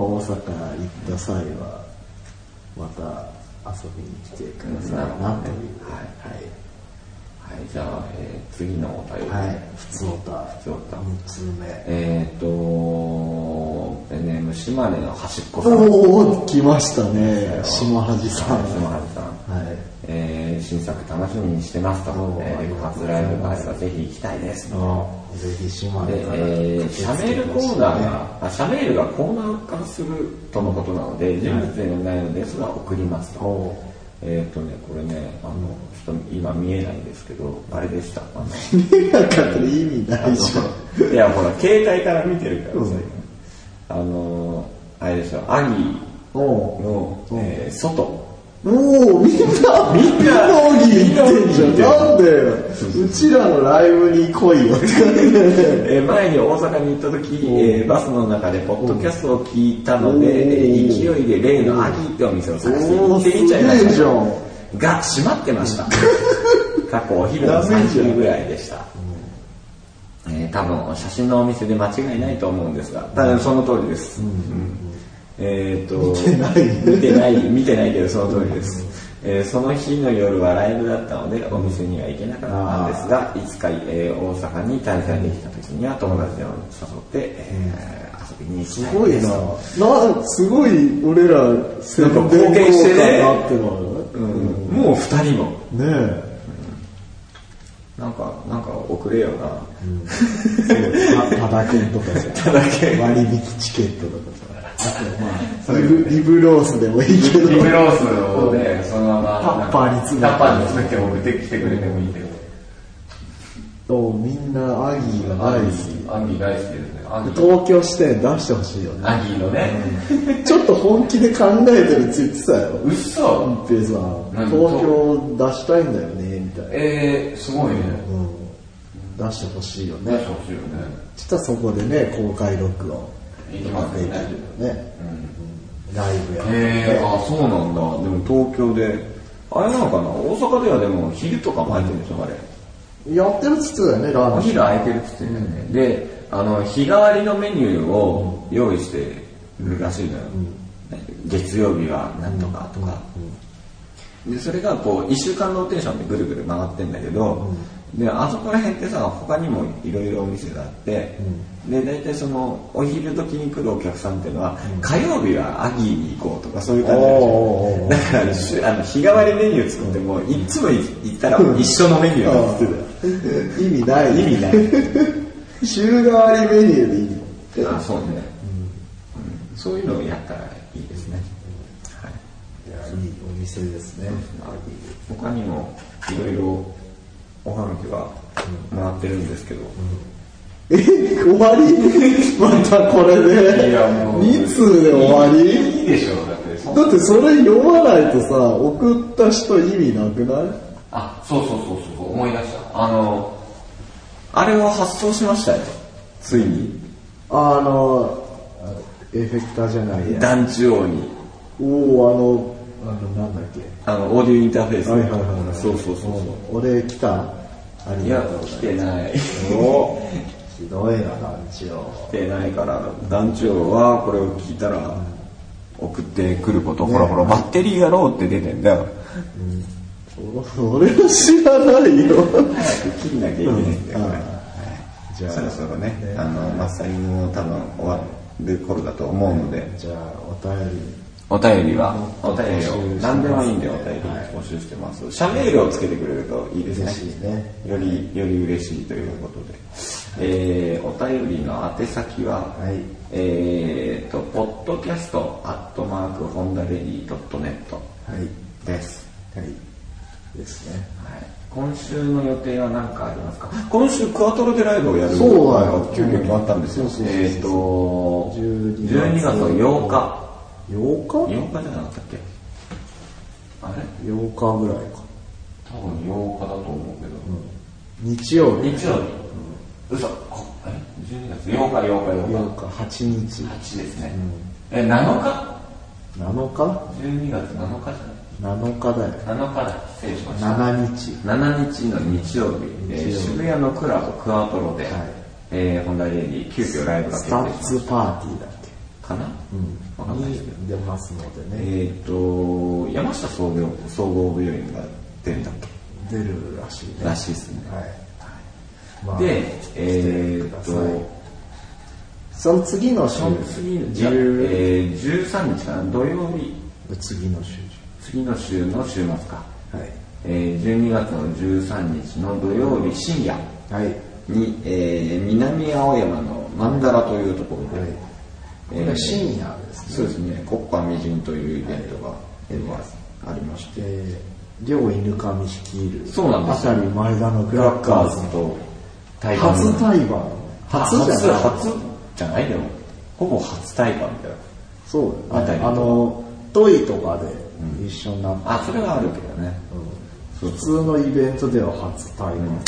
Speaker 3: 大阪行った際はまた遊びに来てくださいなという、はい
Speaker 2: はい、じゃあ、えー次のお便り。
Speaker 3: はい、ふつおた、
Speaker 2: ふつおた
Speaker 3: 三つ目。
Speaker 2: えーっと、ペンネーム、島根の端っこさん。
Speaker 3: おお、来ましたね、島端さん。
Speaker 2: はい島根さん。
Speaker 3: はい。
Speaker 2: えー新作楽しみにしてますと、
Speaker 3: おー
Speaker 2: えー
Speaker 3: あり
Speaker 2: レ
Speaker 3: が
Speaker 2: コ
Speaker 3: とう
Speaker 2: 発
Speaker 3: ござ
Speaker 2: ラ
Speaker 3: い
Speaker 2: イ
Speaker 3: ます
Speaker 2: ブがあればぜひ行きたいです。で、
Speaker 3: あぜひ島根から。
Speaker 2: えーシャメールコーナーが、あシャメールがコーナー化するとのことなので、人物ではないのですが送りますと。
Speaker 3: おー
Speaker 2: えーっとね、これね、あの、ちょっと今見えないんですけど、あれでした。あの
Speaker 3: 見えなかったら意味ないじゃん。
Speaker 2: いやほら携帯から見てるからさ、
Speaker 3: うん
Speaker 2: あのーあれでしょアギ
Speaker 3: おー
Speaker 2: の、えー外
Speaker 3: おーみんな、みんな、道着行ってんじゃん。なんで、うちらのライブに来いよって感じでね。
Speaker 2: えー前に大阪に行った時、えーバスの中でポッドキャストを聞いたの
Speaker 3: お
Speaker 2: で、え
Speaker 3: ー
Speaker 2: ー勢いで例のアギってお店を探して
Speaker 3: お
Speaker 2: 行
Speaker 3: ー
Speaker 2: っ
Speaker 3: す
Speaker 2: て
Speaker 3: げ
Speaker 2: いっちゃいま
Speaker 3: え
Speaker 2: し
Speaker 3: じゃん。
Speaker 2: たが閉まってま した過去お昼の3時ぐらいでしたえー多分写真のお店で間違いないと思うんですがただその通りです、うんえー、と
Speaker 3: 見てない
Speaker 2: 見てない見てないけどその通りです、えーその日の夜はライブだったのでお店には行けなかったんですがいつか、えー大阪に滞在できた時には友達を誘って、えー遊びに行き
Speaker 3: す
Speaker 2: た
Speaker 3: ご
Speaker 2: い
Speaker 3: い
Speaker 2: です
Speaker 3: な。な、すごい、俺ら、宣伝
Speaker 2: 貢献してね
Speaker 3: 効果があっての
Speaker 2: うん、もう2人も
Speaker 3: ねえ。
Speaker 2: なんかなんか遅れよな
Speaker 3: ただ券とかさ、
Speaker 2: ただけ
Speaker 3: 割引チケットとかさ、あとまあ、リブリブロースでもいいけど、
Speaker 2: リブロースをね、そのま
Speaker 3: タ
Speaker 2: ま
Speaker 3: ッパーに詰めて
Speaker 2: タッパーに詰めて送ってきてくれてもいいけど。
Speaker 3: おみんなアギーが大好き。
Speaker 2: アンギー大好きですね。アンギー。
Speaker 3: 東京支店出してほしいよね。
Speaker 2: アンギーのね。
Speaker 3: ちょっと本気で考えてるって言ってたよ。
Speaker 2: うっそ
Speaker 3: 一平さん、東京出したいんだよね、みたいな。
Speaker 2: えー、すごいね。
Speaker 3: うん出してほしいよ
Speaker 2: 出し
Speaker 3: ね
Speaker 2: て。ほしいよね。
Speaker 3: 実はそこでね、公開録音
Speaker 2: 行きますね
Speaker 3: できるよね。ライブや
Speaker 2: えー、あ、そうなんだ。でも東京で。あれなのかな大阪ではでも昼とかも空いてるんでしょ、あれ。
Speaker 3: やってるっつってたよね、ラ
Speaker 2: お
Speaker 3: ーメン。
Speaker 2: 昼空いてるっつってんだよね。で、あの、日替わりのメニューを用意してるらしいのよ。月曜日はなんとかとか、でそれがこう1週間ローテーションでぐるぐる回ってんだけど、であそこら辺ってさ他にもいろいろお店があって、で大体そのお昼時に来るお客さんっていうのは、火曜日はアギーに行こうとかそういう感じなんですよ
Speaker 3: おーおーおー
Speaker 2: だからしあの日替わりメニュー作ってもいっつも行ったら一緒のメニューが出て
Speaker 3: 意味な
Speaker 2: た
Speaker 3: い
Speaker 2: 意味ない
Speaker 3: 週替わりメニューでいいの
Speaker 2: あそうね、うんそういうのをやったらいいですね、はい、
Speaker 3: いやいいお店ですね
Speaker 2: 他にもいろいろおはがきはもらってるんですけど、
Speaker 3: え終わりまたこれで
Speaker 2: いやもう
Speaker 3: 2通で終わり
Speaker 2: いいでしょうだってそん
Speaker 3: だってそれ読まないとさ送った人意味なくない
Speaker 2: あそうそうそうそう思い出したあのあれを発送しましたよついに
Speaker 3: あのエフェクターじゃないや
Speaker 2: 団地王に
Speaker 3: おおあのあのなんだっけ
Speaker 2: あのオーディオインターフェースの
Speaker 3: はいはいはいはい
Speaker 2: そうそうそうそ
Speaker 3: お俺来たあ
Speaker 2: う
Speaker 3: り
Speaker 2: い
Speaker 3: が
Speaker 2: や
Speaker 3: とうご
Speaker 2: 来
Speaker 3: ざい
Speaker 2: てない
Speaker 3: ますおひどいな団地を
Speaker 2: 来てないから団長はこれを聞いたら送ってくること、ほらほらバッテリーやろうって出てんだよ
Speaker 3: 俺は知らないよ
Speaker 2: 早く切んなきゃいけないんだよ、
Speaker 3: うん
Speaker 2: これ
Speaker 3: あじゃあ
Speaker 2: そろそろねあのマッサリングも多分終わる頃だと思うので、
Speaker 3: じゃあお便り
Speaker 2: お便りはお便り
Speaker 3: 募集して
Speaker 2: を
Speaker 3: ます
Speaker 2: 何でもいいんでお便り
Speaker 3: はい
Speaker 2: 募集してます、社メールをつけてくれるといいですね
Speaker 3: 嬉しいね
Speaker 2: よりより嬉しいということで、えー、お便りの宛先は、
Speaker 3: はい
Speaker 2: えー、とポッドキャストアットマークホンダレディドットネット
Speaker 3: はい
Speaker 2: です、
Speaker 3: はいですね
Speaker 2: はい、今週の予定は何かありますか今週クアトロでライブをやる
Speaker 3: そうだよ
Speaker 2: のが急遽決まったんですよ、
Speaker 3: うんそうそうそうそう
Speaker 2: えっ、と
Speaker 3: 12
Speaker 2: 12月の8日
Speaker 3: 8日
Speaker 2: 8日じゃなかったっけあれ
Speaker 3: 8日ぐらいか
Speaker 2: 多分8日だと思うけど、
Speaker 3: 日曜日
Speaker 2: 日曜日、嘘こえ12月8日8日
Speaker 3: 8日8日
Speaker 2: 8日ですね、え7日
Speaker 3: 7日
Speaker 2: 12月7日じ
Speaker 3: 7日だよ
Speaker 2: ゃない7日だ失礼しました
Speaker 3: 7日
Speaker 2: 7日の日曜日、えー
Speaker 3: 日曜日
Speaker 2: 渋谷のクラブクアトロで、
Speaker 3: い
Speaker 2: えー、ホンダレディ急遽ライブが
Speaker 3: ス
Speaker 2: 決
Speaker 3: タ
Speaker 2: 定
Speaker 3: ッツパーティーだっけ
Speaker 2: かな、わかんないですけど
Speaker 3: に出ますのでね
Speaker 2: えっ、と山下総合総合病院が出るんだっ
Speaker 3: 出るらしい
Speaker 2: け
Speaker 3: ね
Speaker 2: らしいですね、
Speaker 3: はいまあ
Speaker 2: で
Speaker 3: 来
Speaker 2: え
Speaker 3: てく
Speaker 2: ー
Speaker 3: だ
Speaker 2: っ
Speaker 3: さ
Speaker 2: と
Speaker 3: いその次の週
Speaker 2: その次のじゃあ、え
Speaker 3: 10
Speaker 2: ー、13日かな土曜日
Speaker 3: 次の週
Speaker 2: 次の週の週末か、
Speaker 3: はい
Speaker 2: えー、12月の13日の土曜日深夜
Speaker 3: はい
Speaker 2: に、えー、南青山の曼荼羅というところで、
Speaker 3: はいこ
Speaker 2: えー
Speaker 3: れは深夜です
Speaker 2: そう
Speaker 3: ね
Speaker 2: ですねコッパみじんというイベントが、えーありまして
Speaker 3: で両犬神率いる
Speaker 2: そうなんですよ
Speaker 3: あたり前田のク
Speaker 2: ク
Speaker 3: ラ
Speaker 2: ラ
Speaker 3: ッ
Speaker 2: ッ
Speaker 3: カ
Speaker 2: カ
Speaker 3: ー
Speaker 2: ー
Speaker 3: ズ
Speaker 2: ズ
Speaker 3: の
Speaker 2: と対バン
Speaker 3: 初対バン
Speaker 2: 初
Speaker 3: 初じゃない
Speaker 2: 初初じゃないでもほぼ初対バンだよ
Speaker 3: そうだよね
Speaker 2: あたりと
Speaker 3: あのトイとかで一緒になって
Speaker 2: あそれはあるけどね、そう
Speaker 3: 普通のイベントでは初対面かな、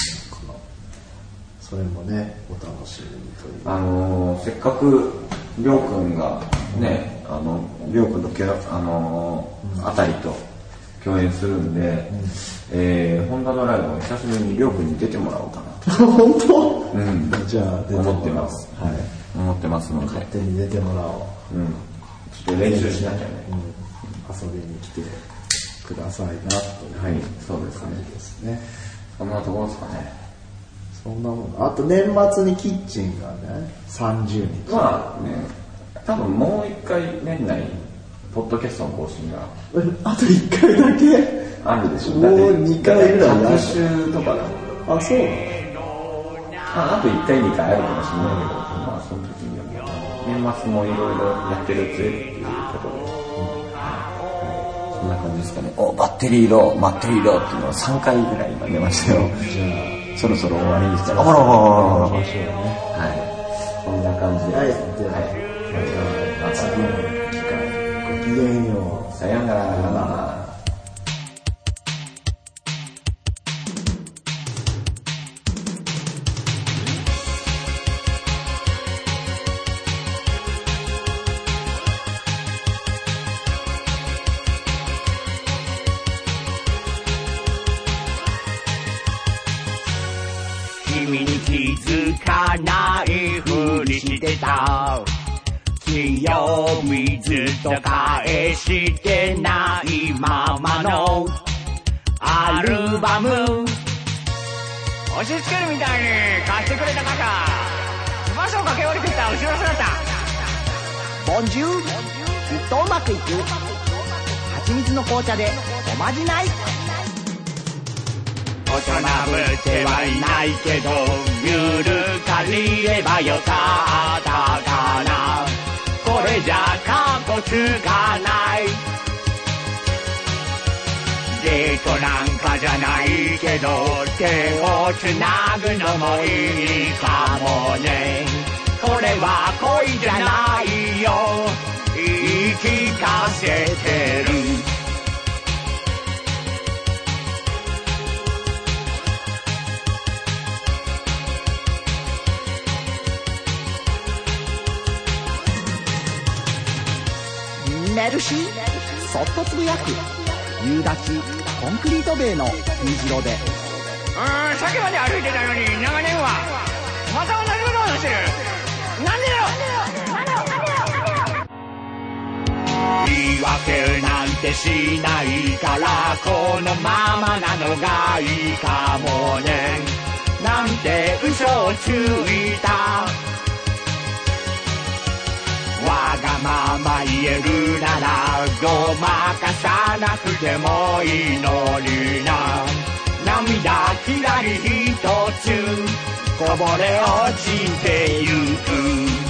Speaker 3: それもねお楽しみにという
Speaker 2: あのーせっかくりょうくんがね、あのりょうくんとけあのーあたりと共演するんで、えー、ホンダのライブを久しぶりにりょうくんに出てもらおうかなと
Speaker 3: 本当、
Speaker 2: ん
Speaker 3: じゃあ出てもらおう
Speaker 2: 思ってます
Speaker 3: はい、
Speaker 2: 思ってますので
Speaker 3: 勝、手に出てもらおう
Speaker 2: うん、ちょっと練習しなきゃね、
Speaker 3: うん、遊びに来てくださいなと
Speaker 2: はいいうそうです
Speaker 3: 感
Speaker 2: ね
Speaker 3: じですね、
Speaker 2: そんなところですかね
Speaker 3: そんなもんあと年末にキッチンがね30日
Speaker 2: まあね多分もう一回年内ポッドキャストの更新が
Speaker 3: えあと1回だけ
Speaker 2: あるでしょ
Speaker 3: もう二回ぐらいやる
Speaker 2: だって隔週とかだもん
Speaker 3: あそうなの
Speaker 2: ああと1回2回あるかもしれないけど、まあその時にはもう年末もいろいろやってるぜっていうことで、はいそんな感じですかねおバッテリーローバッテリーローっていうのは3回ぐらい今出ましたよそろそろ終わりにしてあらあらあらあら
Speaker 3: 面白いね
Speaker 2: はいこんな感じで、
Speaker 3: はいでは
Speaker 2: はい、また
Speaker 3: 次の機会ごきげんよう
Speaker 2: さようなら
Speaker 5: 君に気づかないふりしてた強みずっと返してないままのバム押し付けるみたいに貸してくれた方翼を駆け下りてきた後ろ姿ボンジュールきっとうまくいく蜂蜜の紅茶でおまじない大人ぶってはいないけどゆるかじればよかったかなこれじゃかっこつかないデートなんかじゃないけど手をつなぐのもいいかもねこれは恋じゃないよ言い聞かせてる寝るしそっとつぶやく夕立コンクリート塀の虹色でうーんさっきまで歩いてたのに長年はまた同じことを話してるなん でだよ言い訳なんてしないからこのままなのがいいかもねなんて嘘をついたわがまま言えるならごまかさなくてもいいのにな涙きらりひとつこぼれ落ちてゆく